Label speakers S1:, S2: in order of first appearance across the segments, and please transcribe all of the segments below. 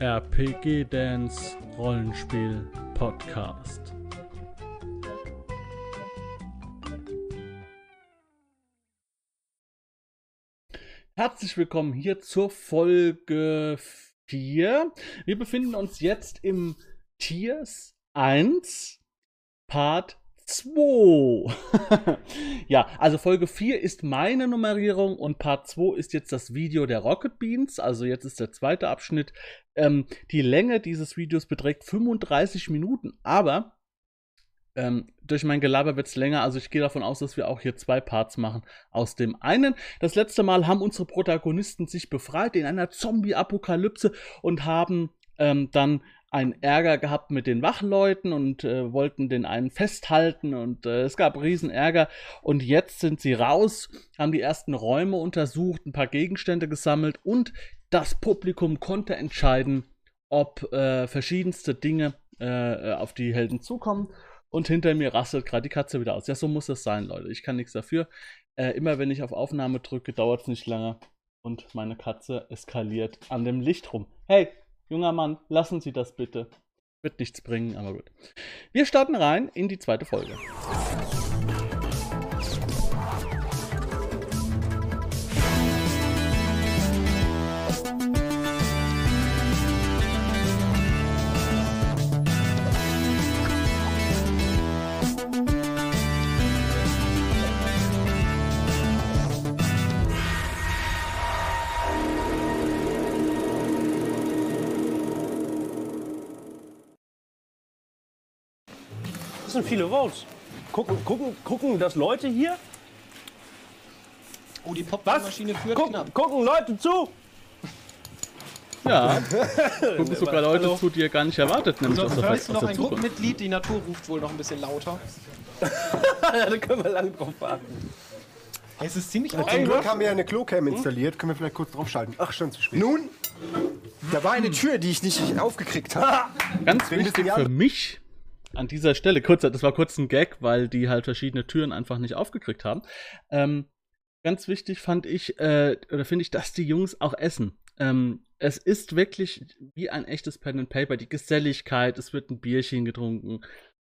S1: RPG Dance Rollenspiel Podcast. Herzlich willkommen hier zur Folge 4. Wir befinden uns jetzt im Tiers 1 Part 2. ja, also Folge 4 ist meine Nummerierung und Part 2 ist jetzt das Video der Rocket Beans. Also jetzt ist der zweite Abschnitt. Ähm, die Länge dieses Videos beträgt 35 Minuten, aber ähm, durch mein Gelaber wird es länger. Also ich gehe davon aus, dass wir auch hier zwei Parts machen aus dem einen. Das letzte Mal haben unsere Protagonisten sich befreit in einer Zombie-Apokalypse und haben ähm, dann einen Ärger gehabt mit den Wachleuten und äh, wollten den einen festhalten und äh, es gab riesen Ärger und jetzt sind sie raus, haben die ersten Räume untersucht, ein paar Gegenstände gesammelt und das Publikum konnte entscheiden, ob äh, verschiedenste Dinge äh, auf die Helden zukommen und hinter mir rasselt gerade die Katze wieder aus. Ja, so muss das sein, Leute. Ich kann nichts dafür. Äh, immer wenn ich auf Aufnahme drücke, dauert es nicht lange und meine Katze eskaliert an dem Licht rum. Hey, Junger Mann, lassen Sie das bitte. Wird nichts bringen, aber gut. Wir starten rein in die zweite Folge.
S2: Das sind viele Votes. Gucken, gucken, gucken, dass Leute hier.
S3: Oh, die Popcornmaschine führt
S2: Gucken,
S3: knapp.
S2: gucken Leute zu!
S1: Ja, gucken sogar Leute zu, die ihr gar nicht erwartet, nämlich aus der, aus
S3: Hörst du noch
S1: der
S3: ein
S1: Zukunft.
S3: Gruppenmitglied? Die Natur ruft wohl noch ein bisschen lauter.
S2: da können wir lange drauf warten.
S3: Es ist ziemlich
S4: Zum
S3: laut.
S4: Glück haben wir ja eine Klocam installiert. Können wir vielleicht kurz draufschalten? Ach, schon zu spät.
S5: Hm? Nun, da war eine Tür, die ich nicht aufgekriegt habe.
S1: Ganz
S4: Wegen des
S1: wichtig für
S4: Jahres-
S1: mich an dieser Stelle, kurz, das war kurz ein Gag, weil die halt verschiedene Türen einfach nicht aufgekriegt haben. Ähm, ganz wichtig fand ich, äh, oder finde ich, dass die Jungs auch essen. Ähm, es ist wirklich wie ein echtes Pen and Paper, die Geselligkeit, es wird ein Bierchen getrunken,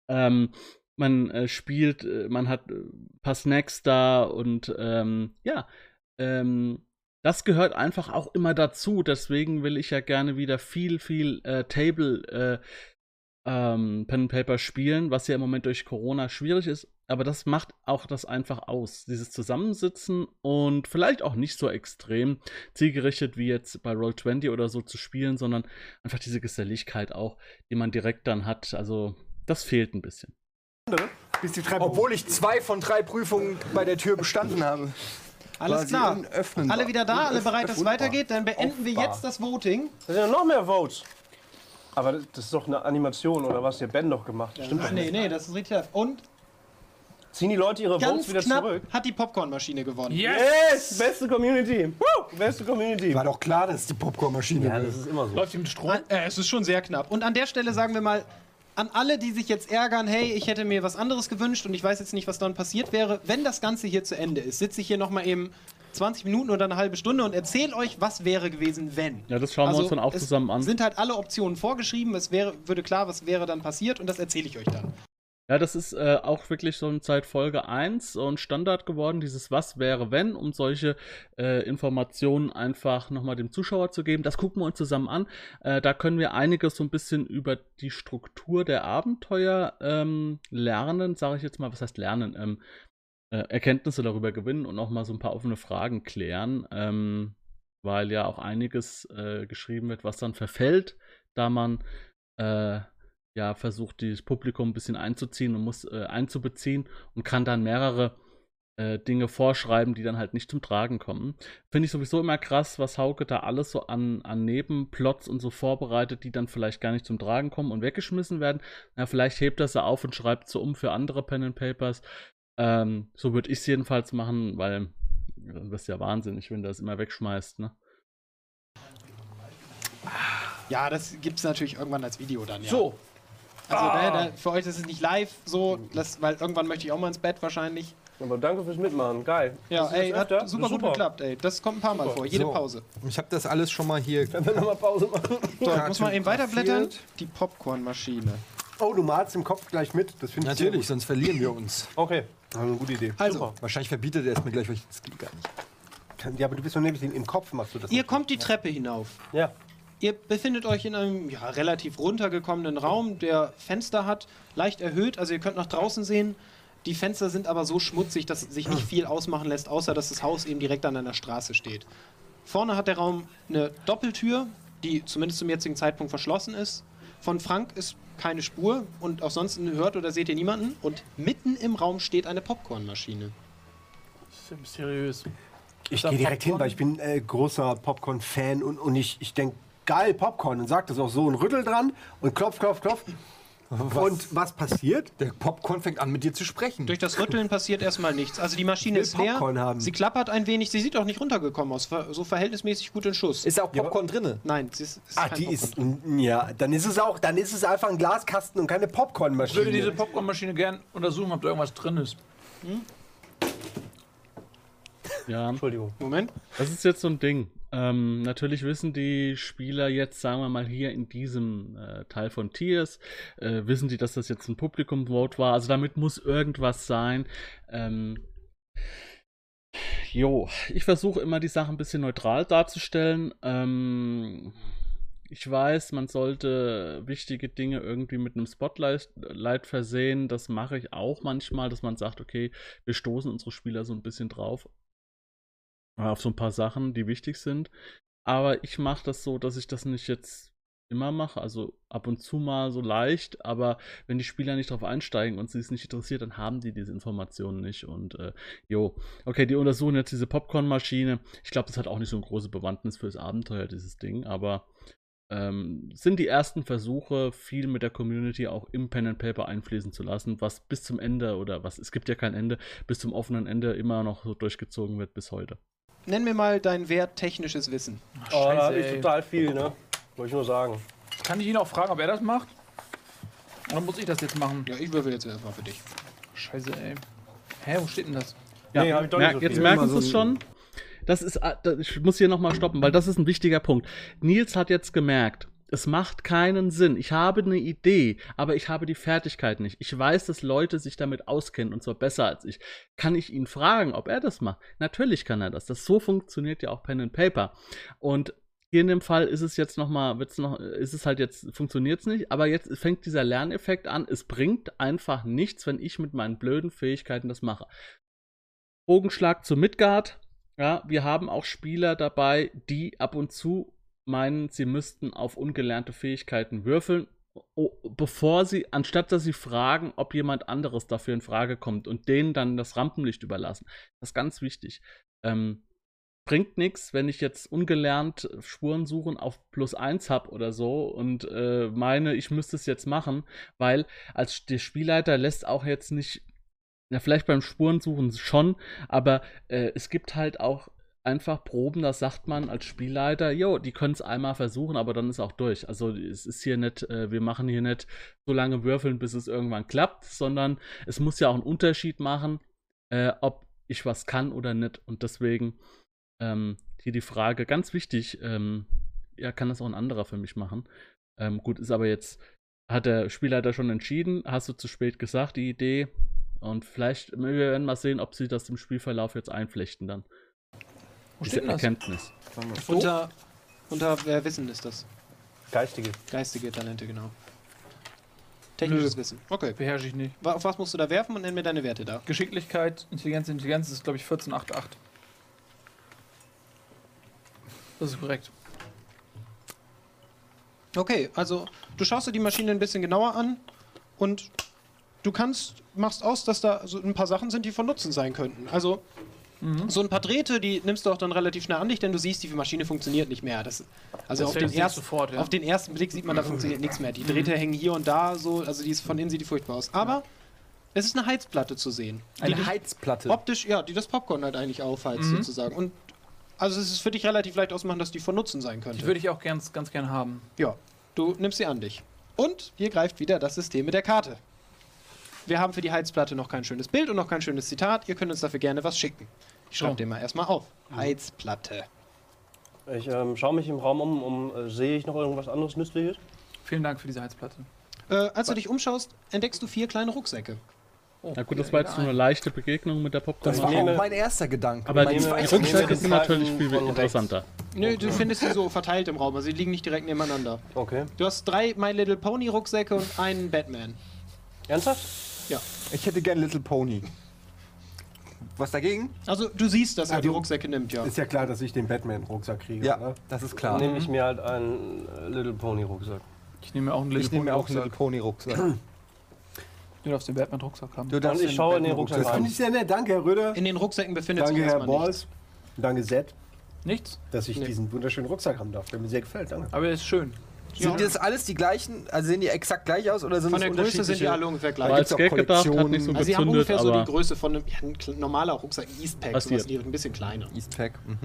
S1: ähm, man äh, spielt, äh, man hat äh, ein paar Snacks da und ähm, ja, ähm, das gehört einfach auch immer dazu. Deswegen will ich ja gerne wieder viel, viel äh, Table äh, ähm, Pen and Paper spielen, was ja im Moment durch Corona schwierig ist. Aber das macht auch das einfach aus. Dieses Zusammensitzen und vielleicht auch nicht so extrem zielgerichtet wie jetzt bei Roll20 oder so zu spielen, sondern einfach diese Geselligkeit auch, die man direkt dann hat. Also, das fehlt ein bisschen.
S4: Bis die Treppe
S5: Obwohl ich zwei von drei Prüfungen bei der Tür bestanden habe.
S3: Alles
S5: Quasi
S3: klar.
S5: unöffnenbar.
S3: Alle wieder da, alle bereit, dass es
S5: Unöffnenbar.
S3: weitergeht. Dann beenden wir
S5: Aufbar.
S3: jetzt das Voting.
S2: Da sind ja noch mehr Votes. Aber das das ist doch eine Animation oder was? Hier Ben doch gemacht. Stimmt doch
S3: Nee,
S2: nicht.
S3: nee, das ist richtig. tough. Und
S2: Ziehen die Leute ihre
S3: ganz
S2: Votes wieder
S3: knapp
S2: zurück?
S3: hat die Popcornmaschine gewonnen.
S2: Yes! Beste Community! Woo! Beste Community!
S5: War doch klar, dass die Popcornmaschine
S2: Ja,
S5: will.
S2: das ist immer so.
S6: Läuft ihm Strom?
S3: An- Äh, es ist schon sehr knapp. Und an der Stelle sagen wir mal an alle, die sich jetzt ärgern, hey, ich hätte mir was anderes gewünscht und ich weiß jetzt nicht, was dann passiert wäre. Wenn das Ganze hier zu Ende ist, sitze ich hier nochmal eben 20 Minuten oder eine halbe Stunde und erzähle euch, was wäre gewesen, wenn.
S1: Ja, das schauen wir uns dann auch
S3: Also, es
S1: zusammen an.
S3: sind halt alle Optionen vorgeschrieben. Es wäre, würde klar, was wäre dann passiert und das erzähle ich euch dann.
S1: Ja, das ist äh, auch wirklich so seit Folge 1 so ein Standard geworden, dieses Was wäre wenn, um solche äh, Informationen einfach nochmal dem Zuschauer zu geben. Das gucken wir uns zusammen an. Äh, da können wir einiges so ein bisschen über die Struktur der Abenteuer ähm, lernen, sage ich jetzt mal, was heißt lernen? Ähm, äh, Erkenntnisse darüber gewinnen und auch mal so ein paar offene Fragen klären, ähm, weil ja auch einiges äh, geschrieben wird, was dann verfällt, da man äh, ja, versucht, das Publikum ein bisschen einzuziehen und muss äh, einzubeziehen und kann dann mehrere äh, Dinge vorschreiben, die dann halt nicht zum Tragen kommen. Finde ich sowieso immer krass, was Hauke da alles so an, an Nebenplots und so vorbereitet, die dann vielleicht gar nicht zum Tragen kommen und weggeschmissen werden. Na, vielleicht hebt das er auf und schreibt so um für andere Pen and Papers. Ähm, so würde ich es jedenfalls machen, weil äh, das ist ja wahnsinnig, wenn du das immer wegschmeißt, ne?
S3: Ja, das gibt es natürlich irgendwann als Video dann, ja.
S2: So, Ah.
S3: Also ne, da, für euch ist es nicht live, so, das, weil irgendwann möchte ich auch mal ins Bett wahrscheinlich.
S2: Aber danke fürs Mitmachen. Geil.
S3: Ja,
S2: Das ist
S3: ey,
S2: jetzt
S3: hat
S2: öfter.
S3: super, gut geklappt, ey. Das kommt ein paar Mal vor, jede
S2: So.
S3: Pause.
S5: Ich habe das alles schon mal hier.
S2: Wenn wir nochmal Pause machen.
S3: So, ich muss mal eben weiterblättern.
S5: Kartografiert.
S3: Die Popcornmaschine.
S4: Oh, du malst im Kopf gleich mit. Das finde ich sehr
S5: Natürlich, sonst verlieren wir uns.
S2: Okay.
S4: gut. Also eine gute Idee.
S3: Also,
S5: Wahrscheinlich verbietet er es mir gleich, weil ich das geht gar nicht.
S4: Kann- Ja, aber du bist doch nämlich im Kopf machst du das.
S3: ihr kommt die Treppe hinauf.
S2: Ja.
S3: Ihr befindet euch in einem ja, relativ runtergekommenen Raum, der Fenster hat, leicht erhöht, also ihr könnt nach draußen sehen. Die Fenster sind aber so schmutzig, dass sich nicht viel ausmachen lässt, außer dass das Haus eben direkt an einer Straße steht. Vorne hat der Raum eine Doppeltür, die zumindest zum jetzigen Zeitpunkt verschlossen ist. Von Frank ist keine Spur und auch sonst hört oder seht ihr niemanden. Und mitten im Raum steht eine Popcornmaschine.
S6: Das ist ja mysteriös.
S4: Ich gehe direkt hin, weil ich bin äh, großer Popcorn-Fan und, und ich, ich denke, geil, Popcorn. Und sag das auch so, ein Rüttel dran und klopf, klopf, klopf. Und was passiert?
S5: Der Popcorn fängt an, mit dir zu sprechen.
S3: Durch das Rütteln passiert erstmal nichts. Also die Maschine
S4: will
S3: ist leer.
S4: Popcorn haben.
S3: Sie klappert ein wenig. Sie sieht auch nicht runtergekommen aus. Ver- So verhältnismäßig gut in Schuss.
S5: Ist da auch Popcorn drinne?
S3: Nein, sie ist, ist
S4: Ach,
S3: kein
S4: die
S3: Popcorn.
S4: ist, mm, ja, dann ist es auch, dann ist es einfach ein Glaskasten und keine
S6: Ich würde diese
S4: Popcornmaschine.
S6: Popcornmaschine gern untersuchen, ob da irgendwas drin ist.
S1: Ja,
S2: Entschuldigung.
S3: Moment.
S1: das ist jetzt so ein Ding. Ähm, natürlich wissen die Spieler jetzt, sagen wir mal, hier in diesem äh, Teil von Tiers, äh, wissen die, dass das jetzt ein Publikumsvote war. Also damit muss irgendwas sein. Ähm, jo, ich versuche immer die Sache ein bisschen neutral darzustellen. Ähm, ich weiß, man sollte wichtige Dinge irgendwie mit einem Spotlight Light versehen. Das mache ich auch manchmal, dass man sagt, okay, wir stoßen unsere Spieler so ein bisschen drauf äh, auf so ein paar Sachen, die wichtig sind. Aber ich mache das so, dass ich das nicht jetzt immer mache, also ab und zu mal so leicht, aber wenn die Spieler nicht drauf einsteigen und sie es nicht interessiert, dann haben die diese Informationen nicht und äh, jo. Okay, die untersuchen jetzt diese Popcornmaschine. Ich glaube, das hat auch nicht so eine große Bewandtnis fürs Abenteuer, dieses Ding, aber ähm, sind die ersten Versuche, viel mit der Community auch im Pen and Paper einfließen zu lassen, was bis zum Ende oder was, es gibt ja kein Ende, bis zum offenen Ende immer noch so durchgezogen wird bis heute.
S3: Nenn mir mal deinen Wert technisches Wissen.
S2: Oh, da hab
S6: Scheiße,
S2: ich
S6: ey.
S2: total viel, ne? Wollte ich nur sagen.
S6: Kann ich ihn auch fragen, ob er das macht? Oder muss ich das jetzt machen?
S3: Ja, ich würfel jetzt erstmal für dich.
S6: Scheiße, ey. Hä, wo steht denn das?
S1: Ja,
S2: Nee, hab ich doch nicht
S1: merk,
S2: so
S1: jetzt
S2: viel.
S1: merken
S4: Immer
S1: Sie
S4: so
S1: es
S4: ein-
S1: schon. Das ist, ah, da- ich muss hier nochmal stoppen, weil das ist ein wichtiger Punkt. Nils hat jetzt gemerkt, es macht keinen Sinn. Ich habe eine Idee, aber ich habe die Fertigkeit nicht. Ich weiß, dass Leute sich damit auskennen und zwar besser als ich. Kann ich ihn fragen, ob er das macht? Natürlich kann er das. das so funktioniert ja auch Pen and Paper. Und hier in dem Fall ist es jetzt nochmal, wird's noch, ist es halt jetzt, funktioniert es nicht, aber jetzt fängt dieser Lerneffekt an. Es bringt einfach nichts, wenn ich mit meinen blöden Fähigkeiten das mache. Bogenschlag zu Midgard. Ja, wir haben auch Spieler dabei, die ab und zu meinen, sie müssten auf ungelernte Fähigkeiten würfeln, o- bevor sie, anstatt dass sie fragen, ob jemand anderes dafür in Frage kommt und denen dann das Rampenlicht überlassen. Das ist ganz wichtig. Ähm, bringt nichts, wenn ich jetzt ungelernt äh, Spuren suchen auf plus eins hab oder so und äh, meine, ich müsste es jetzt machen, weil als der Spielleiter lässt auch jetzt nicht, na vielleicht beim Spurensuchen schon, aber äh, es gibt halt auch einfach Proben, das sagt man als Spielleiter, jo, die können es einmal versuchen, aber dann ist auch durch. Also es ist hier nicht, äh, wir machen hier nicht so lange würfeln, bis es irgendwann klappt, sondern es muss ja auch einen Unterschied machen, äh, ob ich was kann oder nicht. Und deswegen ähm, hier die Frage, ganz wichtig, ähm, ja, kann das auch ein anderer für mich machen. Ähm, gut, ist aber jetzt, hat der Spielleiter schon entschieden, hast du zu spät gesagt, die Idee. Und vielleicht, wir werden mal sehen, ob sie das im Spielverlauf jetzt einflechten dann.
S6: Wo
S1: Diese
S6: steht denn das?
S1: Erkenntnis.
S3: Unter, unter wer Wissen ist das?
S2: Geistige.
S3: Geistige Talente, genau. Technisches
S6: Nö.
S3: Wissen. Okay.
S6: Beherrsche ich nicht.
S3: Wa- Auf was musst du da werfen und nenn mir deine Werte da.
S6: Geschicklichkeit, Intelligenz, Intelligenz ist, glaube ich, 1488. Das ist korrekt.
S3: Okay, also du schaust dir die Maschine ein bisschen genauer an und du kannst, machst aus, dass da so ein paar Sachen sind, die von Nutzen sein könnten. Also
S6: Mhm.
S3: so ein paar Drähte, die nimmst du auch dann relativ schnell an dich, denn du siehst, die Maschine funktioniert nicht mehr. Das, also
S6: Das
S3: auf den,
S6: sieht
S3: ersten,
S6: sofort, ja. Mhm.
S3: auf den ersten Blick sieht man, da funktioniert nichts mehr. Die Drähte hängen hier und da so, also die ist von innen sieht die furchtbar aus. Aber es ist eine Heizplatte zu sehen. die dich-
S5: Eine Heizplatte.
S3: Optisch, ja, die das Popcorn halt eigentlich aufheizt
S6: Mhm.
S3: sozusagen. Und also es ist für dich relativ leicht ausmachen, dass die von Nutzen sein könnte.
S6: Die würde ich auch ganz, ganz gern haben.
S3: Ja, du nimmst sie an dich. Und hier greift wieder das System mit der Karte. Wir haben für die Heizplatte noch kein schönes Bild und noch kein schönes Zitat. Ihr könnt uns dafür gerne was schicken. Ich schreibe den mal erstmal auf. Heizplatte.
S2: Ich ähm, schaue mich im Raum um, um äh, sehe ich noch irgendwas anderes Nützliches?
S6: Vielen Dank für diese Heizplatte.
S3: Äh, als du dich umschaust, entdeckst du vier kleine Rucksäcke.
S6: Oh,
S1: Na gut, das war jetzt so eine leichte Begegnung mit der
S5: Das war
S1: Popcorn.
S2: nehme-
S5: auch mein erster Gedanke.
S1: Aber die
S5: mein
S2: nehme- ich
S5: zweiter
S2: nehme
S1: Rückschläge
S2: den
S1: sind natürlich
S2: zweiten
S1: viel
S2: von rechts.
S1: interessanter.
S3: Nö, du findest sie so verteilt im Raum, also die liegen nicht direkt nebeneinander.
S2: Okay.
S3: Du hast drei My Little Pony Rucksäcke und einen Batman.
S2: Ernsthaft?
S5: Ich hätte gern Little Pony. Was dagegen?
S3: Also du siehst, dass er
S4: Ah,
S3: die
S4: du-
S3: Rucksäcke nimmt, ja.
S4: Ist ja klar, dass ich den Batman-Rucksack kriege. ne?
S5: Ja,
S4: oder?
S5: das ist klar.
S2: Nehme ich mir halt einen äh, Little Pony Rucksack.
S6: Ich nehme mir auch einen
S5: Ich
S6: Little
S5: nehme mir auch einen Little
S6: Rucksack.
S5: Pony Rucksack.
S6: Du darfst den Batman-Rucksack haben.
S5: Du darfst
S2: ich schaue in den
S5: Batman-Rucksack
S4: Das
S2: Rucksack
S4: finde ich sehr nett. Danke, Herr Röder.
S3: In den Rucksäcken befindet
S4: Danke,
S3: sich
S4: Herr
S3: erstmal nichts.
S4: Balls. Danke, Seth,
S6: Nichts?
S4: dass ich
S3: Nee.
S4: diesen wunderschönen Rucksack haben darf. Der mir sehr gefällt. Danke.
S6: Aber er ist schön.
S5: Sind das alles die gleichen? Also sehen die exakt gleich aus oder sind
S3: Von der
S5: das
S3: Größe sind die
S5: unterschiedliche-
S3: alle ungefähr
S1: War
S3: gleich.
S5: Weil- gibt's
S1: als
S5: auch
S1: Gag gedacht, hat nicht so
S5: Kollektionen.
S3: Also sie haben
S1: gezündet,
S3: ungefähr so die
S1: aber
S3: Größe von einem ja, ein kle- normaler Rucksack, Eastpack, sowas
S1: Passiert.
S3: in die Richtung, ein bisschen kleiner.
S5: Eastpack. Mhm.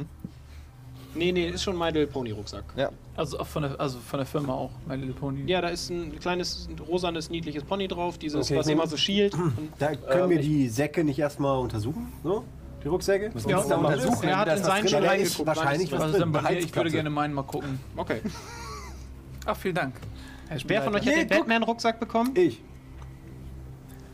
S3: Nee, nee, ist schon My Little Pony Rucksack.
S5: Ja.
S6: Also auch von der, also von der Firma auch, My Little Pony.
S3: Ja, da ist ein kleines, ein rosanes, niedliches Pony drauf, dieses,
S2: Okay, ich
S3: was
S2: nehme-
S3: immer so schielt. Und
S4: Da können
S2: Ähm,
S4: wir
S2: ich-
S4: die Säcke nicht erstmal untersuchen, so? Die Rucksäcke? Müssen
S3: Ja,
S5: da untersuchen,
S3: er hat
S5: das
S3: in
S5: was
S3: seinen
S5: drin
S3: schon
S5: ist,
S3: reingeguckt. war
S4: wahrscheinlich
S3: nichts
S6: Was
S3: drin.
S7: Also,
S6: ist denn bei mir? Ich
S4: Heizplatte.
S6: würde gerne meinen mal gucken.
S3: Okay.
S6: Ach, vielen Dank. Herr
S3: Wer von euch hat
S4: Nee,
S3: den
S4: guck-
S3: Batman-Rucksack bekommen?
S4: Ich.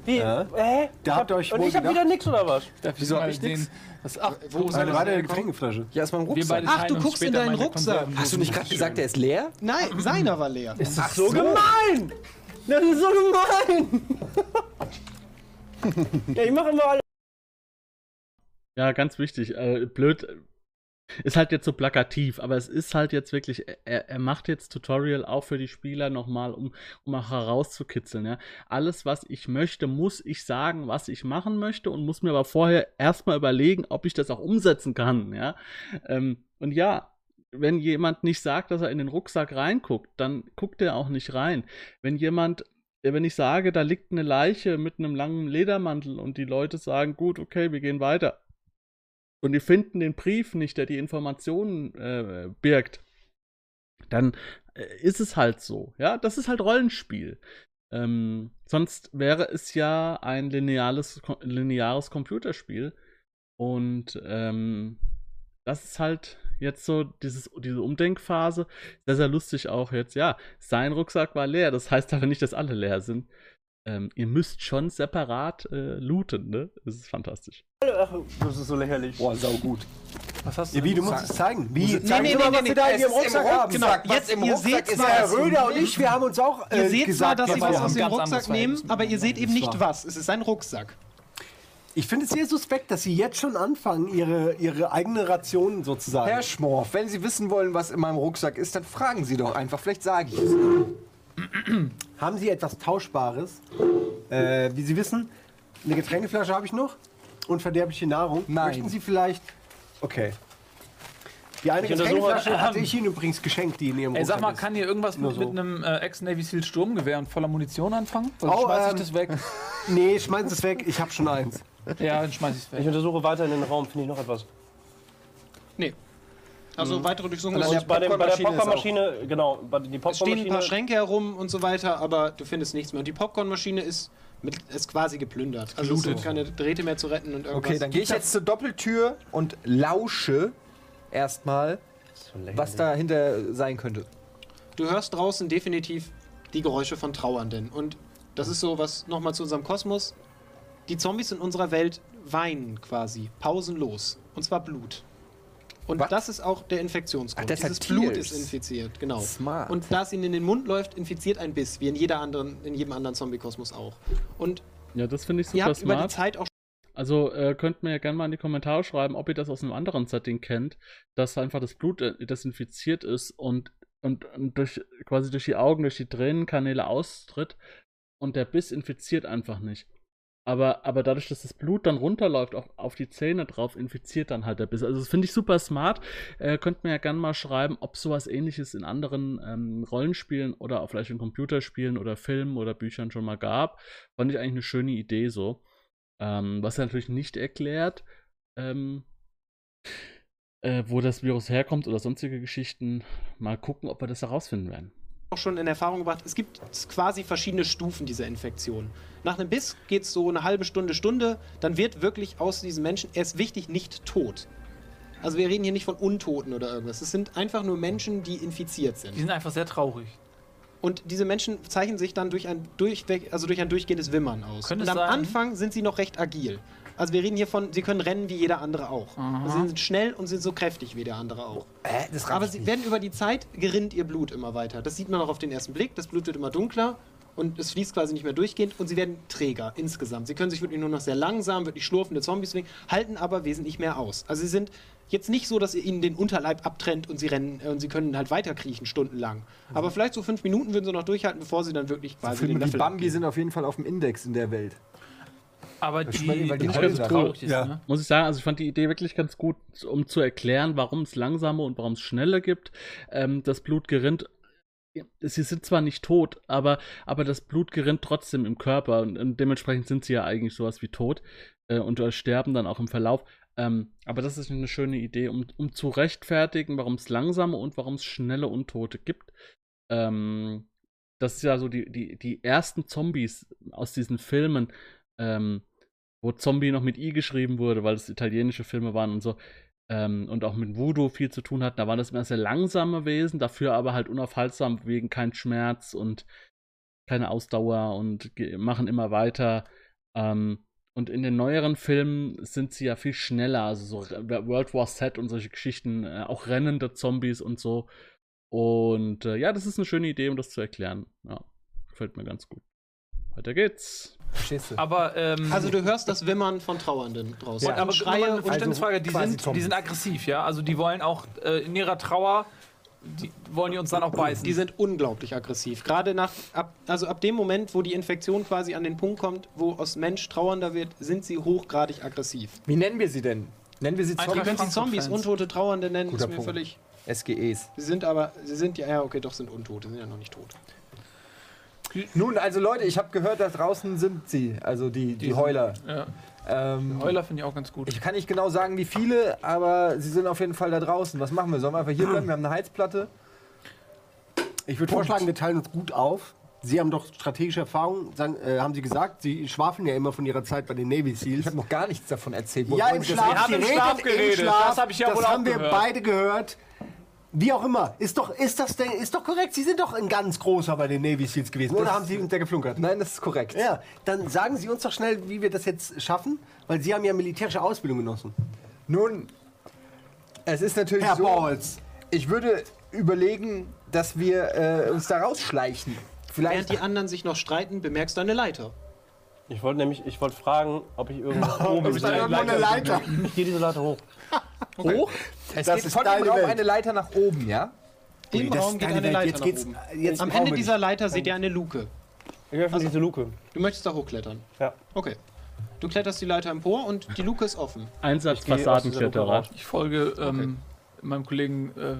S2: Wie?
S4: Ja.
S2: Hä?
S4: Da habt ihr euch
S2: Und
S4: wohl
S2: ich habe
S4: gedacht,
S2: wieder nix oder was?
S6: Darf ich
S5: Wieso hab
S6: mal
S5: ich nix?
S6: sehen? Was, ach, wo
S4: eine
S6: das
S4: reine
S6: hergekommen?
S4: Getränkeflasche.
S5: Hier ist mein
S6: Wir
S5: Rucksack.
S6: beide
S3: Ach,
S6: teilen
S3: du
S6: uns
S3: guckst in
S6: später
S3: deinen
S6: meine
S3: Rucksack.
S6: Konserven.
S5: Hast du nicht gerade gesagt, der ist leer?
S3: Nein, seiner war leer.
S5: Ist das
S2: So gemein! Das ist so gemein! ja, ich mache immer alle.
S1: ja, ganz wichtig. Äh, blöd. Ist halt jetzt so plakativ, aber es ist halt jetzt wirklich, er, er macht jetzt Tutorial auch für die Spieler nochmal, um, um auch herauszukitzeln. Ja? Alles, was ich möchte, muss ich sagen, was ich machen möchte und muss mir aber vorher erstmal überlegen, ob ich das auch umsetzen kann. Ja? Ähm, und ja, wenn jemand nicht sagt, dass er in den Rucksack reinguckt, dann guckt er auch nicht rein. Wenn jemand, äh, wenn ich sage, da liegt eine Leiche mit einem langen Ledermantel und die Leute sagen, gut, okay, wir gehen weiter. Und die finden den Brief nicht, der die Informationen äh, birgt, dann äh, ist es halt so. Ja, das ist halt Rollenspiel. Ähm, sonst wäre es ja ein lineales, ko- lineares Computerspiel. Und ähm, das ist halt jetzt so dieses, diese Umdenkphase. Sehr, sehr lustig auch jetzt. Ja, sein Rucksack war leer. Das heißt aber nicht, dass alle leer sind. Ähm, ihr müsst schon separat äh, looten, ne? Das ist fantastisch.
S2: Ach, das ist so lächerlich.
S5: Boah, saugut.
S6: Was hast du?
S4: Ja, wie,
S6: denn?
S4: du musst es zeigen. Wie?
S5: Sag
S3: nee,
S5: mir mal,
S3: nee,
S5: was
S3: nee,
S5: wir da
S4: nee,
S5: in
S4: es
S5: ihrem
S4: ist im
S5: Rucksack haben.
S4: Genau,
S5: Sag, was
S3: jetzt-
S5: im
S3: ihr
S5: Rucksack
S3: seht
S5: ist
S3: zwar,
S5: ja
S4: Herr
S3: was
S4: Röder und ich, wir haben uns auch äh,
S3: Ihr seht zwar,
S4: gesagt,
S3: dass sie
S4: wir
S3: was aus
S4: haben-
S3: dem
S6: ganz
S3: Rucksack
S6: anderes
S3: nehmen,
S6: Verhältnis
S3: aber ihr seht eben nicht
S6: miteinander.
S3: was. Es ist ein Rucksack.
S4: Ich finde es sehr suspekt, dass sie jetzt schon anfangen, ihre, ihre eigene Ration sozusagen.
S5: Herr Schmorf, wenn Sie wissen wollen, was in meinem Rucksack ist, dann fragen Sie doch einfach. Vielleicht sage ich es.
S4: Haben Sie etwas Tauschbares? Äh, wie Sie wissen, eine Getränkeflasche habe ich noch und verderbliche Nahrung.
S5: Nein.
S4: Möchten Sie vielleicht. Okay. Die eine
S2: Ich untersuche-
S4: Getränkeflasche hatte ich Ihnen übrigens geschenkt, die in Ihrem
S6: Ey, sag mal,
S4: Rucksack
S6: kann hier irgendwas mit,
S4: so.
S6: mit einem äh, Ex-Navy Seal Sturmgewehr und voller Munition anfangen? Sonst
S4: Oh,
S6: schmeiß ich
S4: ähm,
S6: das weg.
S4: ist. Nee, schmeißen Sie es weg, ich habe schon eins.
S6: ja, dann schmeiß ich es
S2: Ich
S6: weg.
S2: untersuche weiter in den Raum, finde ich noch etwas.
S3: Nee. Also weitere Durchsuchung
S5: Also
S3: ist
S5: der
S2: Und bei, dem, bei der
S5: Popcornmaschine
S2: Popcornmaschine, genau, bei die
S3: Es stehen ein
S2: Popcornmaschine.
S3: paar Schränke herum und so weiter, aber du findest nichts mehr. Und die Popcornmaschine ist, mit, ist quasi geplündert. Also es sind keine Drähte mehr zu retten und irgendwas.
S5: Okay, dann gehe ich jetzt zur Doppeltür und lausche erstmal, was dahinter sein könnte.
S3: Du hörst draußen definitiv die Geräusche von Trauernden. Und das ist so was nochmal zu unserem Kosmos. Die Zombies in unserer Welt weinen quasi, pausenlos. Und zwar Blut. Und
S5: Was?
S3: das ist auch der Infektionsgrund.
S5: Ach, deshalb
S3: Dieses Blut
S5: Tears.
S3: ist infiziert, genau.
S5: Smart.
S3: Und da es ihnen in den Mund läuft, infiziert ein Biss, wie in, jeder anderen, in jedem anderen Zombie-Kosmos auch. Und
S1: Ja, das finde ich
S3: ihr
S1: super
S3: habt über die
S1: smart.
S3: Zeit auch
S1: Also äh, könnt mir ja gerne mal in die Kommentare schreiben, ob ihr das aus einem anderen Setting kennt, dass einfach das Blut äh, desinfiziert ist und, und, und durch, quasi durch die Augen, durch die Tränenkanäle austritt und der Biss infiziert einfach nicht. Aber, aber dadurch, dass das Blut dann runterläuft, auch auf die Zähne drauf, infiziert dann halt der Biss. Also das finde ich super smart. Äh, könnt mir ja gerne mal schreiben, ob sowas ähnliches in anderen ähm, Rollenspielen oder auch vielleicht in Computerspielen oder Filmen oder Büchern schon mal gab. Fand ich eigentlich eine schöne Idee so. Ähm, was er natürlich nicht erklärt, ähm, äh, wo das Virus herkommt oder sonstige Geschichten. Mal gucken, ob wir das herausfinden werden.
S3: auch schon in Erfahrung gebracht, es gibt quasi verschiedene Stufen dieser Infektion. Nach einem Biss geht es so eine halbe Stunde, Stunde, dann wird wirklich aus diesem Menschen, er ist wichtig, nicht tot. Also wir reden hier nicht von Untoten oder irgendwas. Es sind einfach nur Menschen, die infiziert sind.
S7: Die sind einfach sehr traurig.
S3: Und diese Menschen zeichnen sich dann durch ein, durchweg, also durch ein durchgehendes Wimmern aus.
S7: Könnte
S3: und
S7: es
S3: am
S7: sein?
S3: Anfang sind sie noch recht agil. Also wir reden hier von, sie können rennen wie jeder andere auch. Also sie sind schnell und sind so kräftig wie der andere auch.
S5: Äh, das
S3: Aber sie werden über die Zeit, gerinnt ihr Blut immer weiter. Das sieht man auch auf den ersten Blick. Das Blut wird immer dunkler und es fließt quasi nicht mehr durchgehend und sie werden träger insgesamt. Sie können sich wirklich nur noch sehr langsam, wirklich schlurfende Zombies wegen, halten aber wesentlich mehr aus. Also sie sind jetzt nicht so, dass ihr ihnen den Unterleib abtrennt und sie rennen äh, und sie können halt weiterkriechen stundenlang. Aber vielleicht so fünf Minuten würden sie noch durchhalten, bevor sie dann wirklich quasi den
S5: Filme wie
S3: Löffel
S5: Bambi sind auf jeden Fall auf dem Index in der Welt.
S7: Aber die,
S5: meine, weil die
S7: sind
S5: Häuser
S7: ganz
S5: da
S7: traurig ist,
S4: Ja.
S7: ne?
S1: Muss ich sagen, also ich fand die Idee wirklich ganz gut, um zu erklären, warum es langsame und warum es schnelle gibt. Ähm, das Blut gerinnt. Sie sind zwar nicht tot, aber, aber das Blut gerinnt trotzdem im Körper und, und dementsprechend sind sie ja eigentlich sowas wie tot äh, und äh, sterben dann auch im Verlauf. Ähm, aber das ist eine schöne Idee, um, um zu rechtfertigen, warum es langsame und warum es schnelle Untote gibt. Ähm, das ist ja so die, die, die ersten Zombies aus diesen Filmen. Ähm, wo Zombie noch mit I geschrieben wurde, weil es italienische Filme waren und so. Ähm, und auch mit Voodoo viel zu tun hatten. Da waren das immer sehr langsame Wesen, dafür aber halt unaufhaltsam, wegen kein Schmerz und keine Ausdauer und ge- machen immer weiter. Ähm, und in den neueren Filmen sind sie ja viel schneller, also so Re- World War Z und solche Geschichten, äh, auch rennende Zombies und so. Und äh, ja, das ist eine schöne Idee, um das zu erklären. Ja, gefällt mir ganz gut. Weiter geht's.
S5: Verstehst du?
S7: Aber, ähm,
S3: Also du hörst das Wimmern von Trauernden draußen.
S7: und, aber
S3: Und
S7: Schreie
S6: also
S3: Schreie
S7: eine
S5: also
S3: und
S7: Verständnisfrage, die,
S4: quasi
S7: sind, die
S4: Zombies.
S7: sind aggressiv, ja? Also die wollen auch äh, in ihrer Trauer, die wollen die uns dann auch beißen.
S3: Die sind unglaublich aggressiv. Gerade nach, ab, also ab dem Moment, wo die Infektion quasi an den Punkt kommt, wo aus Mensch trauernder wird, sind sie hochgradig aggressiv.
S5: Wie nennen wir sie denn? Nennen wir sie
S3: Ihr
S7: Eintracht-
S5: Zombies?
S3: könnt sie Zombies,
S7: Frankfurt-Fans.
S3: Untote, Trauernde nennen,
S4: Guter
S3: ist mir
S4: Punkt.
S3: völlig.
S5: SGEs.
S3: Sie sind aber, sie sind ja, ja, okay, doch sind Untote, sind ja noch nicht tot.
S5: Nun, also Leute, ich habe gehört, da draußen sind sie, also die, die,
S6: sind-
S5: Heuler.
S6: Ja.
S5: Ähm,
S6: Heuler finde ich auch ganz gut.
S5: Ich kann nicht genau sagen, wie viele, aber sie sind auf jeden Fall da draußen. Was machen wir? Sollen wir einfach hier bleiben? Wir haben eine Heizplatte.
S4: Ich würde vorschlagen, wir teilen uns gut auf. Sie haben doch strategische Erfahrung, sagen, äh, haben Sie gesagt. Sie schwafeln ja immer von Ihrer Zeit bei den Navy
S5: Ich
S4: SEALs.
S5: habe noch gar nichts davon erzählt.
S4: Ja,
S5: Wollen
S4: im
S5: wir das-
S4: Schlaf.
S6: Wir haben
S4: Sie
S6: im
S4: redet
S6: Schlaf geredet, das habe ich ja
S4: das
S6: wohl auch
S4: haben wir
S6: gehört.
S4: beide gehört. Wie auch immer. Ist doch, ist das denn, ist doch korrekt. Sie sind doch ein ganz großer bei den Navy Seals gewesen. Oder
S5: Das-
S4: haben Sie uns da geflunkert?
S5: Nein, das ist korrekt.
S4: Ja, dann sagen Sie uns doch schnell, wie wir das jetzt schaffen, weil Sie haben ja militärische Ausbildung genossen.
S5: Nun, es ist natürlich
S4: Herr
S5: so.
S4: Balls.
S5: Ich würde überlegen, dass wir äh, uns da rausschleichen.
S3: Während
S5: Vielleicht.
S3: die anderen sich noch streiten, bemerkst du eine Leiter.
S2: Ich wollte nämlich, ich wollte fragen, ob ich irgendwas oben
S4: Ist da irgendwo eine Leiter?
S2: Ich gehe diese Leiter hoch.
S5: hoch. Es
S4: Das
S5: geht
S4: ist
S5: von dem
S4: deine
S5: Raum
S4: Welt.
S5: eine Leiter nach oben, ja?
S3: Im
S4: das
S3: Raum
S4: ist
S3: geht
S4: deine
S3: eine
S4: Welt.
S3: Leiter
S4: Jetzt
S3: nach
S4: geht's-
S3: oben.
S4: jetzt
S3: Am
S4: brauchen
S3: Ende
S4: wir
S3: dieser Leiter seht ihr eine Luke.
S2: Ich öffne diese Luke.
S3: Du möchtest da hochklettern.
S2: Ja.
S3: Okay. Du kletterst die Leiter empor und die Luke ist offen.
S1: Einsatz
S2: Ich gehe aus dieser Gruppe
S1: Fassadenkletterer.
S2: raus.
S6: Ich folge ähm, meinem Kollegen äh,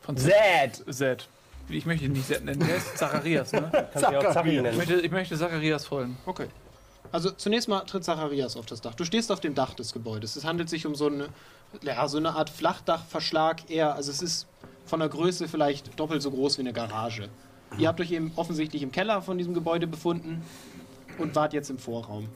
S6: von
S5: Zed.
S6: Zed. Ich möchte ihn nicht Zed nennen, der ist Zacharias, ne?
S2: Kannst du ja auch Zachi
S6: Ich
S2: nennen.
S6: möchte, ich möchte Zacharias folgen.
S3: Okay. Also zunächst mal tritt Zacharias auf das Dach. Du stehst auf dem Dach des Gebäudes. Es handelt sich um so eine, ja, so eine Art Flachdachverschlag eher. Also es ist von der Größe vielleicht doppelt so groß wie eine Garage. Ihr habt euch eben offensichtlich im Keller von diesem Gebäude befunden und wart jetzt im Vorraum.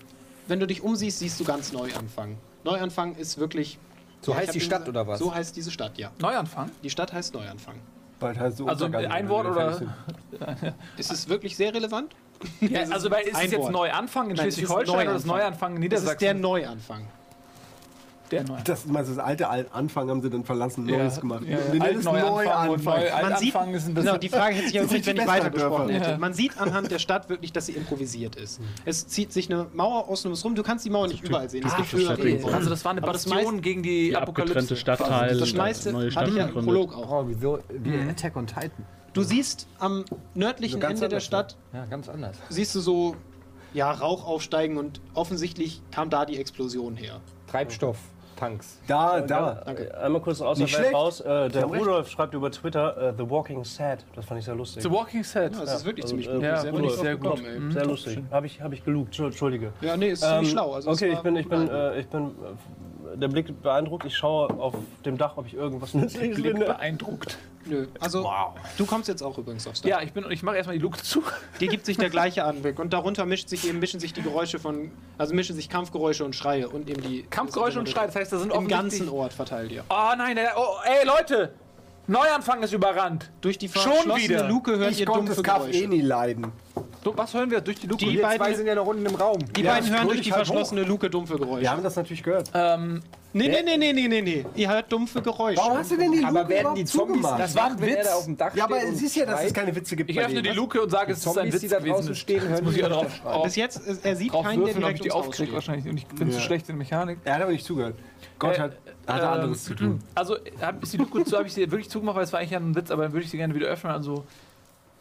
S3: Wenn du dich umsiehst, siehst du ganz Neuanfang. Neuanfang ist wirklich.
S5: So
S3: Ja, ich
S5: heißt
S3: hab
S5: die
S3: eben
S5: Stadt
S3: gesagt,
S5: oder was?
S3: So heißt diese Stadt, ja.
S6: Neuanfang?
S3: Die Stadt heißt Neuanfang.
S4: Bald heißt es
S6: Also
S4: Untergang,
S6: ein
S4: wenn
S6: Wort
S4: wir fertig
S6: oder?
S4: sind.
S3: Ist
S5: Ah.
S3: es wirklich sehr relevant?
S6: Ja, also weil ist
S3: ein
S6: es jetzt
S3: Wort.
S6: Neuanfang in
S3: Nein, es ist
S6: Schleswig-Holstein oder das
S3: Neuanfang.
S6: Neuanfang in
S3: Das ist der
S6: Niedersachsen?
S3: Neuanfang.
S6: der Neuanfang.
S4: Das, ist mal so das alte Al- Anfang haben sie dann verlassen, Neues gemacht.
S6: Ja,
S4: Wir
S6: ja.
S4: nennen
S6: Alt,
S4: es
S6: Neuanfang und
S4: Neuanfang.
S6: Neu,
S3: Man sieht,
S6: Altanfang ist ein bisschen...
S3: genau, die Frage hätte ich ja
S4: Das sind
S3: übrigens, wenn
S4: die
S3: ich
S4: Schwestern-
S3: weitergesprochen
S4: Dörfer.
S3: hätte. Man sieht anhand der Stadt wirklich, dass sie improvisiert ist. Es zieht sich eine Mauer außen ums rum. Du kannst die Mauer nicht überall sehen. Es gibt höhere
S7: Okay.
S3: Gebäude.
S7: Also das war eine
S3: Aber das
S7: Bastion
S3: meist-
S7: gegen die,
S1: Die abgetrennte
S7: Apokalypse.
S6: Also,
S1: Stadtteil.
S3: Das meiste
S1: äh, neue
S3: hatte
S1: Stadt
S3: ich ja im
S1: gegründet.
S3: Prolog auch.
S5: Oh, wie, so, wie Attack on Titan.
S3: Du siehst am nördlichen
S5: ganz
S3: Ende der
S5: anders,
S3: Stadt,
S5: Ja, ganz anders.
S3: siehst du so ja, Rauch aufsteigen und offensichtlich kam da die Explosion her.
S5: Treibstoff, Tanks.
S4: Da, da.
S2: Danke. Äh, Einmal kurz aus der
S5: Nicht
S2: Welt
S5: schlecht.
S2: raus. Äh, der Rudolf schreibt über Twitter äh, The Walking Sad. Das fand ich sehr lustig.
S6: The Walking Dead.
S3: Ja, das ist wirklich
S2: also,
S3: ziemlich
S2: äh,
S3: gut.
S2: ja,
S3: Sehr
S6: finde
S3: gut
S6: ich sehr
S3: drauf
S6: gut.
S3: gekommen,
S6: Mhm.
S2: sehr lustig. Habe ich, hab ich gelugt. Entschu- Entschuldige.
S3: ey. Ja, nee, ist
S2: Ähm,
S3: ziemlich schlau. Also es
S2: okay,
S3: war
S2: ich bin, ich
S3: gut
S2: bin,
S3: ein-
S2: äh, ich bin der Blick beeindruckt. Ich schaue auf dem Dach, ob ich irgendwas nützliches
S6: Blick
S2: finde.
S6: beeindruckt.
S3: Nö. Also, du kommst jetzt auch übrigens aufs Dach.
S7: Ja, ich bin ich mache erstmal die Luke zu.
S3: Dir gibt sich der gleiche Anblick. Und darunter mischt sich eben, mischen sich die Geräusche von, also mischen sich Kampfgeräusche und Schreie und eben die.
S7: Kampfgeräusche und Schrei, das heißt, da sind
S3: Im
S7: offensichtlich
S3: ganzen Ort verteilt, ja.
S7: Oh nein, der- oh, ey Leute, Neuanfang ist überrannt.
S3: Durch die
S7: Schon wieder.
S3: verschlossene Luke hört
S4: Ich
S3: ihr
S4: konnte
S3: dumpfe
S4: das Kaff eh
S3: Geräusche.
S4: nie leiden.
S7: Du, was hören wir durch die Luke?
S3: Die
S7: Jetzt-
S3: beiden-
S5: Zwei sind ja noch unten im Raum.
S3: Die
S4: Ja,
S3: beiden
S4: das
S3: hören
S4: drück
S3: durch
S4: ich
S3: die
S4: halt hoch.
S3: verschlossene Luke dumpfe
S4: Wir
S3: Geräusche.
S4: haben das natürlich gehört.
S7: ähm,
S3: Nee, nee, nee, nee, nee, nee, nee. Ihr hört dumpfe Geräusche.
S4: Warum hast du denn die Luke
S5: Aber werden die
S4: überhaupt
S5: Zombies
S4: zugemacht?
S5: das war ein Witz. da auf dem Dach
S4: Ja, aber
S5: steht und
S4: es ist ja, dass es
S5: schreit?
S4: keine Witze gibt.
S7: ich
S4: bei
S7: öffne
S4: denen,
S7: die
S4: was?
S7: Luke und sage, es ist ein
S5: Zombies,
S7: Witz
S5: die da draußen
S7: gewesen.
S5: stehen, hören
S7: muss ich
S5: die
S7: ja
S5: Luke
S7: drauf,
S5: schreien.
S3: Bis jetzt, äh, er sieht
S7: drauf
S3: keinen, der
S7: würfeln, ob ich
S3: direkt
S7: die
S3: ums Haus
S7: aufkriege
S3: steht.
S7: wahrscheinlich. Und ich bin zu schlecht in Mechanik.
S4: Er hat aber nicht zugehört. Gott
S7: Äh,
S4: hat, hatte
S7: ähm,
S4: anderes zu tun.
S7: Also hab, ist die Luke zu, habe ich sie wirklich zugemacht, weil es war eigentlich ein Witz, aber dann würde ich sie gerne wieder öffnen. Also,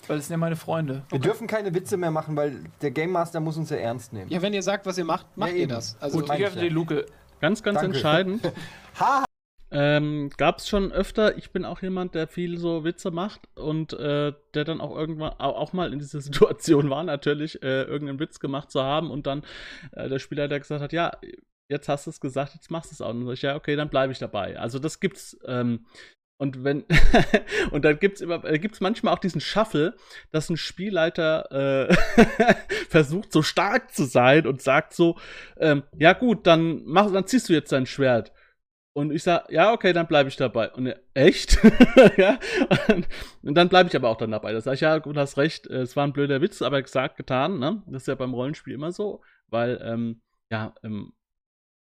S7: weil es sind ja meine Freunde.
S5: Wir dürfen keine Witze mehr machen, weil der Game Master muss uns ja ernst nehmen.
S3: Ja, wenn ihr sagt, was ihr macht, macht ihr
S5: eben.
S3: das. Also,
S7: Gut, ich öffne die Luke.
S1: Ganz, ganz
S5: Danke.
S1: entscheidend. ähm, Gab es schon öfter, ich bin auch jemand, der viel so Witze macht und äh, der dann auch irgendwann auch, auch mal in dieser Situation war, natürlich, äh, irgendeinen Witz gemacht zu haben und dann äh, der Spieler, der gesagt hat, ja, jetzt hast du es gesagt, jetzt machst du es auch. Und dann sag ich, ja, okay, dann bleibe ich dabei. Also das gibt's. Ähm, und wenn und dann gibt's immer äh, gibt's manchmal auch diesen Shuffle, dass ein Spielleiter äh, versucht so stark zu sein und sagt so, ähm, ja gut, dann mach, dann ziehst du jetzt dein Schwert. Und ich sag, ja, okay, dann bleibe ich dabei. Und er, echt? ja? Und, und dann bleibe ich aber auch dann dabei. Das sage ich, ja, gut, hast recht, äh, es war ein blöder Witz, aber gesagt, getan, ne? Das ist ja beim Rollenspiel immer so, weil, ähm, ja, ähm,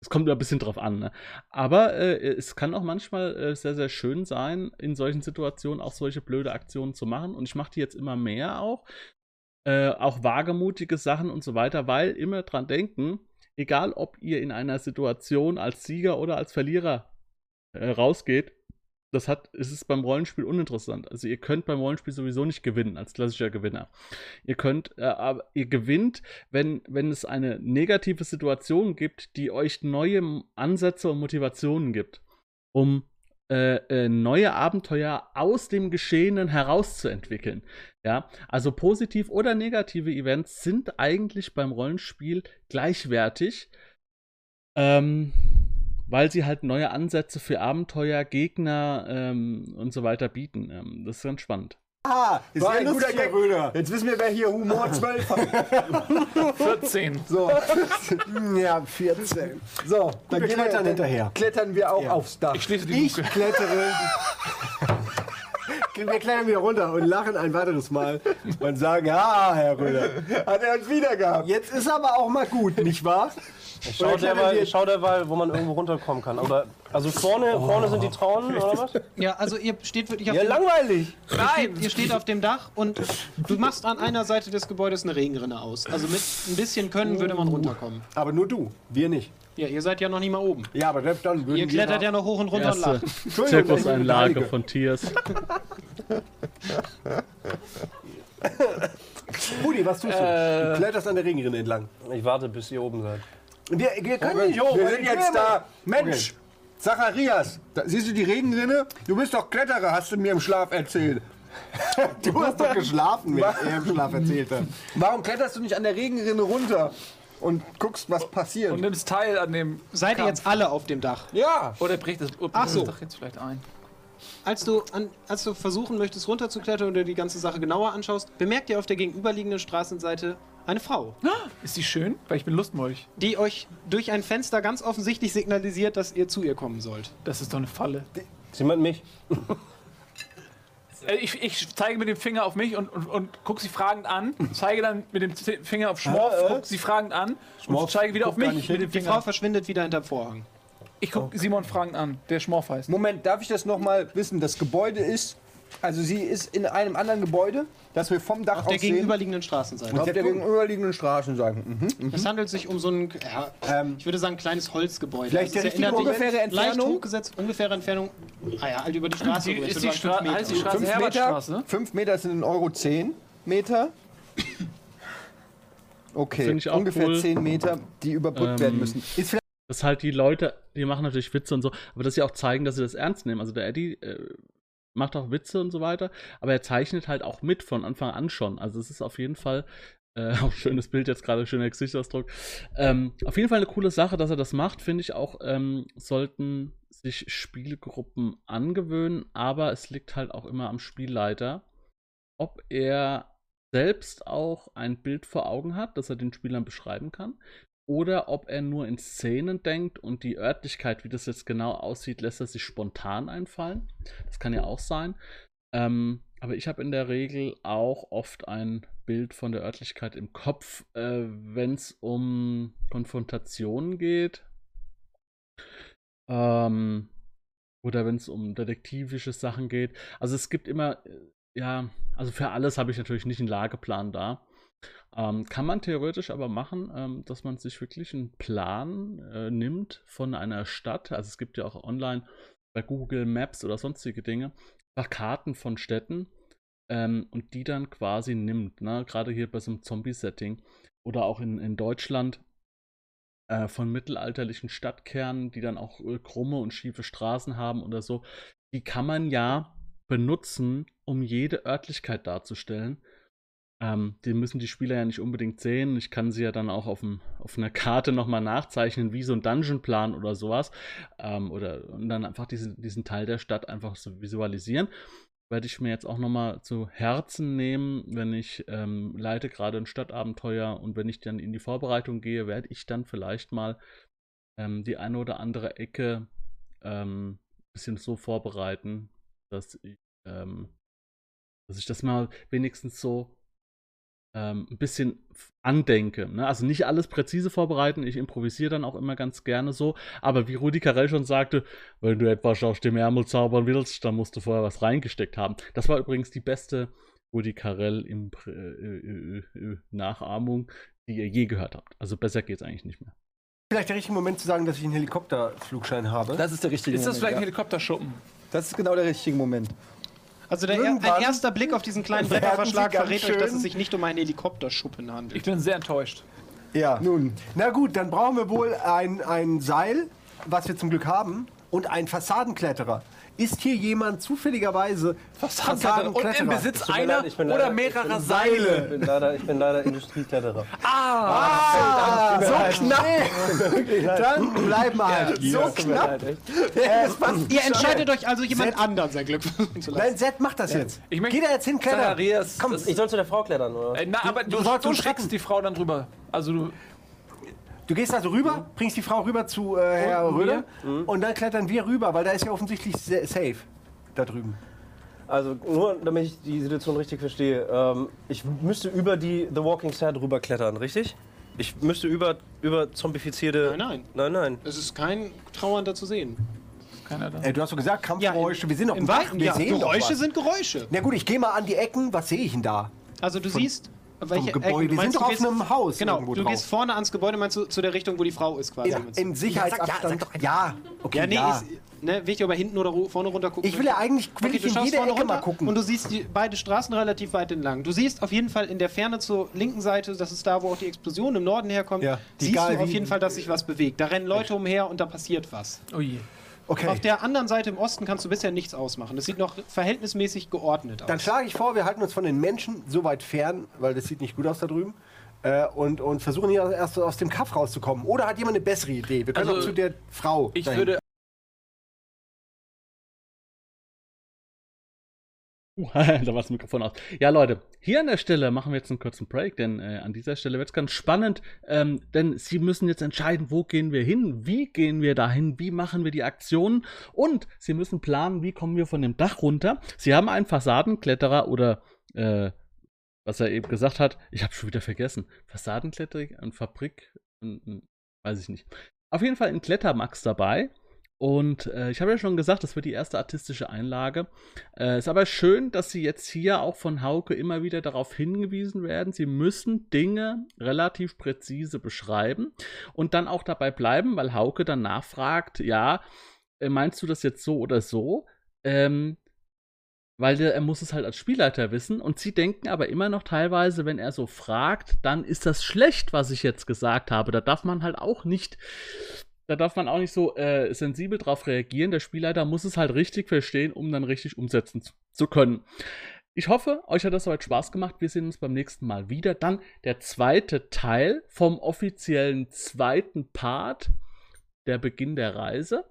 S1: es kommt immer ein bisschen drauf an, ne? Aber äh, es kann auch manchmal äh, sehr, sehr schön sein, in solchen Situationen auch solche blöde Aktionen zu machen. Und ich mache die jetzt immer mehr auch. Äh, auch wagemutige Sachen und so weiter, weil immer dran denken, egal ob ihr in einer Situation als Sieger oder als Verlierer äh, rausgeht, das hat, es ist beim Rollenspiel uninteressant. Also ihr könnt beim Rollenspiel sowieso nicht gewinnen als klassischer Gewinner. Ihr könnt, äh, aber ihr gewinnt, wenn, wenn es eine negative Situation gibt, die euch neue M- Ansätze und Motivationen gibt, um äh, äh, neue Abenteuer aus dem Geschehenen herauszuentwickeln. Ja, also positiv oder negative Events sind eigentlich beim Rollenspiel gleichwertig, ähm, weil sie halt neue Ansätze für Abenteuer, Gegner ähm, und so weiter bieten. Ähm, das ist ganz spannend.
S4: Ah, ist
S5: War
S4: ja
S5: ein
S4: lustig,
S5: guter
S4: Herr
S5: Gag.
S4: Brüder. Jetzt wissen wir, wer hier Humor 12 hat.
S7: 14.
S5: So,
S4: Hm, ja, 14.
S5: so dann,
S4: wir
S5: gehen
S4: klettern
S5: dann
S4: hinterher.
S5: klettern wir auch aufs Dach.
S7: Ich schließe die
S4: Ich
S7: Luke.
S4: klettere. Wir klettern wieder runter und lachen ein weiteres Mal und sagen, ah, Herr Röder, hat er uns wieder gehabt. Jetzt ist aber auch mal gut, nicht wahr?
S2: Ich schaue
S4: klettern
S2: derweil,
S4: wir-
S2: ich schau derweil, wo man irgendwo runterkommen kann. Oder, also vorne, vorne sind die Traunen, oder was?
S3: ja, also ihr steht wirklich auf
S2: Ja,
S3: dem
S2: langweilig.
S3: Nein! Ihr steht auf dem Dach und du machst an einer Seite des Gebäudes eine Regenrinne aus. Also mit ein bisschen Können würde man runterkommen.
S4: Aber nur du, wir nicht.
S3: Ja, ihr seid ja noch nicht mal oben.
S4: Ja, aber selbst dann würden
S3: Ihr klettert ja noch hoch und runter und
S1: Erste
S3: lacht.
S4: Entschuldigung,
S1: Zirkuseinlage
S4: ich
S1: von Tiers.
S4: Rudi, was tust du? du kletterst an der Regenrinne entlang.
S2: Ich warte, bis ihr oben seid.
S4: Wir, wir können nicht hoch.
S5: wir
S4: weil
S5: sind
S4: die
S5: jetzt
S4: Türme-
S5: da.
S4: Mensch, Zacharias, da, siehst du die Regenrinne? Du bist doch Kletterer, hast du mir im Schlaf erzählt. Du hast doch geschlafen, wenn er im Schlaf erzählt hat.
S5: Warum kletterst du nicht an der Regenrinne runter und guckst, was passiert?
S7: Und nimmst teil an dem.
S3: Seid ihr jetzt alle auf dem Dach?
S5: ja,
S7: Oder bricht das,
S3: Ach so.
S7: doch jetzt vielleicht ein.
S3: Als du, an, als du versuchen möchtest, runterzuklettern und dir die ganze Sache genauer anschaust, bemerkt ihr auf der gegenüberliegenden Straßenseite eine Frau,
S7: Ist die schön? Weil ich bin lustmolch.
S3: die euch durch ein Fenster ganz offensichtlich signalisiert, dass ihr zu ihr kommen sollt.
S7: Das ist doch eine Falle.
S2: Sieht man mich?
S7: Äh, Ich, ich zeige mit dem Finger auf mich und, und, und guck sie fragend an. Zeige dann mit dem Z- Finger auf Schmorf,
S2: äh?
S7: guck sie fragend an. und zeige wieder auf mich mit dem
S3: Die Frau
S7: Finger.
S3: verschwindet wieder hinterm Vorhang.
S7: Ich guck Simon fragend an, der Schmorf heißt.
S5: Moment, darf ich das nochmal wissen? Das Gebäude ist, also sie ist in einem anderen Gebäude, das wir vom Dach
S3: Auf
S5: aus
S3: der
S5: sehen.
S3: gegenüberliegenden Straßenseite.
S5: Auf der gegenüberliegenden Straße sagen. Mhm.
S3: Es
S7: Hm?
S3: handelt sich um so ein, ja, ich würde sagen, kleines Holzgebäude.
S4: ähm, Vielleicht
S3: Also
S4: der
S3: es
S4: richtige
S3: erinnert dich-
S5: ungefähre
S3: Leicht
S5: Entfernung?
S3: hochgesetzt, ungefähre Entfernung. Ah ja, halt über die Straße.
S7: Die-
S3: rüber. Ich
S7: ist
S3: würde
S7: die
S3: sagen, fünf
S7: Stra- heißt die
S3: Meter.
S7: Stra-
S5: Fünf Meter,
S7: Herbertstraße?
S5: fünf Meter sind in Euro 10 Meter. Okay,
S1: Find ich auch
S5: ungefähr
S1: cool.
S5: 10 Meter, die
S1: Ähm,
S5: überbrückt werden müssen. Ist vielleicht
S1: dass halt die Leute, die machen natürlich Witze und so, aber dass sie auch zeigen, dass sie das ernst nehmen. Also der Eddie äh, macht auch Witze und so weiter, aber er zeichnet halt auch mit von Anfang an schon. Also es ist auf jeden Fall Äh, auch schönes Bild jetzt gerade, schöner Gesichtsausdruck. Ähm, auf jeden Fall eine coole Sache, dass er das macht, finde ich auch, ähm, sollten sich Spielgruppen angewöhnen, aber es liegt halt auch immer am Spielleiter, ob er selbst auch ein Bild vor Augen hat, das er den Spielern beschreiben kann, oder ob er nur in Szenen denkt und die Örtlichkeit, wie das jetzt genau aussieht, lässt er sich spontan einfallen. Das kann ja auch sein. Ähm, aber ich habe in der Regel auch oft ein Bild von der Örtlichkeit im Kopf, äh, wenn es um Konfrontationen geht. Ähm, oder wenn es um detektivische Sachen geht. Also es gibt immer, äh, ja, also für alles habe ich natürlich nicht einen Lageplan da. Ähm, kann man theoretisch aber machen, ähm, dass man sich wirklich einen Plan äh, nimmt von einer Stadt. Also es gibt ja auch online bei Google Maps oder sonstige Dinge, einfach Karten von Städten ähm, und die dann quasi nimmt. Ne? Gerade hier bei so einem Zombie-Setting oder auch in, in Deutschland äh, von mittelalterlichen Stadtkernen, die dann auch äh, krumme und schiefe Straßen haben oder so. Die kann man ja benutzen, um jede Örtlichkeit darzustellen. Ähm, die müssen die Spieler ja nicht unbedingt sehen. Ich kann sie ja dann auch auf, dem, auf einer Karte nochmal nachzeichnen, wie so ein Dungeonplan oder sowas. Ähm, oder und dann einfach diesen, diesen Teil der Stadt einfach so visualisieren. Werde ich mir jetzt auch nochmal zu Herzen nehmen, wenn ich ähm, leite gerade ein Stadtabenteuer und wenn ich dann in die Vorbereitung gehe, werde ich dann vielleicht mal ähm, die eine oder andere Ecke ähm, bisschen so vorbereiten, dass ich, ähm, dass ich das mal wenigstens so ähm, ein bisschen f- andenke. Ne? Also nicht alles präzise vorbereiten, ich improvisiere dann auch immer ganz gerne so, aber wie Rudi Carell schon sagte, wenn du etwas aus dem Ärmel zaubern willst, dann musst du vorher was reingesteckt haben. Das war übrigens die beste Rudi Carell im, Pr- äh, äh, äh, Nachahmung, die ihr je gehört habt. Also besser geht's eigentlich nicht mehr.
S4: Vielleicht der richtige Moment zu sagen, dass ich einen Helikopterflugschein habe.
S5: Das ist der richtige
S7: Ist das vielleicht ein
S5: Moment.
S7: Helikopterschuppen?
S5: ja. Das ist genau der richtige Moment.
S3: Also der, ein
S4: Irgendwann
S3: erster Blick auf diesen kleinen
S4: werden
S3: Bretterverschlag
S4: sie ganz
S3: verrät euch, dass
S4: schön-
S3: es sich nicht um einen Helikopterschuppen handelt.
S7: Ich bin sehr enttäuscht.
S4: ja.
S5: Nun.
S4: Na gut, dann brauchen wir wohl ein, ein Seil, was wir zum Glück haben, und einen Fassadenkletterer. Ist hier jemand zufälligerweise Fassadenkletterer?
S7: Und im Besitz
S2: mir
S7: einer
S2: leid, ich bin
S7: oder
S2: leider-
S7: mehrerer
S4: Äh.
S2: Ich
S7: Seile.
S2: bin leider, ich bin leider Industriekletterer.
S4: Ah, so knapp! dann bleiben wir halt. so
S2: Tut mir
S4: knapp!
S2: leid, echt.
S4: Äh, es passt.
S3: Ihr entscheidet euch also jemand anderen sein Glück versuchen zu lassen.
S4: Nein, Seth macht das jetzt.
S7: Ich möchte-
S4: Geht er jetzt hin, Kletter?
S7: Zacharias,
S4: Komm,
S2: Ich soll zu der Frau klettern, oder?
S7: Äh, Na, aber du,
S4: du
S7: du,
S4: sollst uns retten.
S7: schreckst die Frau dann drüber. Also du,
S4: du gehst also rüber,
S3: Mhm.
S4: bringst die Frau rüber zu äh, Herr
S7: Und
S4: Röder und dann klettern wir rüber, weil da ist ja offensichtlich sa- safe da drüben.
S2: Also nur, damit ich die Situation richtig verstehe. Ähm, ich müsste über die The Walking Dead rüberklettern, richtig? Ich müsste über, über zombifizierte...
S3: Nein,
S2: Nein,
S3: nein.
S2: nein.
S3: Es ist kein Trauernder zu sehen.
S7: keiner da.
S4: Äh, du hast doch gesagt, Kampfgeräusche, wir sind auf
S3: im
S4: dem Dach,
S3: Weiten,
S4: wir
S3: ja.
S4: sehen doch
S3: Geräusche
S4: was.
S3: sind Geräusche.
S4: Na gut, ich gehe mal an die Ecken, was sehe ich denn da?
S3: Also du siehst, welche
S4: Gebäude.
S3: Ecken-
S4: Wir
S3: du meinst,
S4: sind
S3: du
S4: doch auf
S3: gehst-
S4: einem Haus
S3: Genau,
S4: irgendwo
S3: du
S4: drauf.
S3: gehst vorne ans Gebäude, meinst du, zu der Richtung, wo die Frau ist quasi.
S4: In,
S3: meinst du?
S4: Im Sicherheitsabstand. Ja, okay,
S3: ja, nee,
S4: ja.
S3: Ist, ne, will ich aber hinten oder ru- vorne runter gucken?
S4: Ich will ja eigentlich- will ich
S3: du
S4: in
S3: schaust
S4: jede
S3: vorne
S4: Ecke mal
S3: runter
S4: gucken.
S3: Und du siehst die, beide Straßen relativ weit entlang. Du siehst auf jeden Fall in der Ferne zur linken Seite, das ist da, wo auch die Explosion im Norden herkommt,
S4: Ja, die
S3: siehst
S4: Gal-
S3: du auf jeden Fall, dass sich was bewegt. Da rennen Leute umher und da passiert was.
S7: Oh je.
S4: okay.
S3: Auf der anderen Seite im Osten kannst du bisher nichts ausmachen. Das sieht noch verhältnismäßig geordnet aus.
S4: Dann schlage ich vor, wir halten uns von den Menschen so weit fern, weil das sieht nicht gut aus da drüben. Äh, und, und versuchen hier erst aus dem Kaff rauszukommen. Oder hat jemand eine bessere Idee? Wir können
S7: Also,
S4: auch zu der Frau.
S7: Ich
S4: dahin.
S7: würde
S1: Uh, da war das Mikrofon aus. Ja, Leute, hier an der Stelle machen wir jetzt einen kurzen Break, denn äh, an dieser Stelle wird es ganz spannend, ähm, denn Sie müssen jetzt entscheiden, wo gehen wir hin, wie gehen wir dahin, wie machen wir die Aktionen und Sie müssen planen, wie kommen wir von dem Dach runter. Sie haben einen Fassadenkletterer oder, äh, was er eben gesagt hat, ich habe schon wieder vergessen, Fassadenkletterer, ein Fabrik, ein, ein, weiß ich nicht. Auf jeden Fall ein Klettermax dabei. Und äh, ich habe ja schon gesagt, das wird die erste artistische Einlage. Äh, ist aber schön, dass sie jetzt hier auch von Hauke immer wieder darauf hingewiesen werden. Sie müssen Dinge relativ präzise beschreiben und dann auch dabei bleiben, weil Hauke dann nachfragt, ja, äh, meinst du das jetzt so oder so? Ähm, weil der, er muss es halt als Spielleiter wissen und sie denken aber immer noch teilweise, wenn er so fragt, dann ist das schlecht, was ich jetzt gesagt habe. Da darf man halt auch nicht, da darf man auch nicht so äh, sensibel drauf reagieren. Der Spielleiter muss es halt richtig verstehen, um dann richtig umsetzen zu, zu können. Ich hoffe, euch hat das soweit Spaß gemacht. Wir sehen uns beim nächsten Mal wieder. Dann der zweite Teil vom offiziellen zweiten Part, der Beginn der Reise.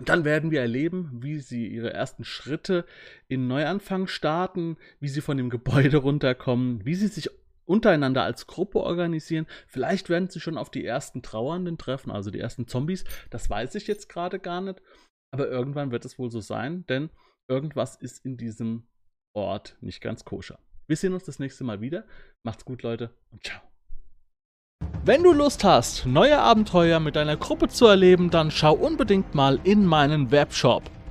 S1: Und Dann werden wir erleben, wie sie ihre ersten Schritte in Neuanfang starten, wie sie von dem Gebäude runterkommen, wie sie sich untereinander als Gruppe organisieren. Vielleicht werden sie schon auf die ersten Trauernden treffen, also die ersten Zombies. Das weiß ich jetzt gerade gar nicht. Aber irgendwann wird es wohl so sein, denn irgendwas ist in diesem Ort nicht ganz koscher. Wir sehen uns das nächste Mal wieder. Macht's gut, Leute, und ciao. Wenn du Lust hast, neue Abenteuer mit deiner Gruppe zu erleben, dann schau unbedingt mal in meinen Webshop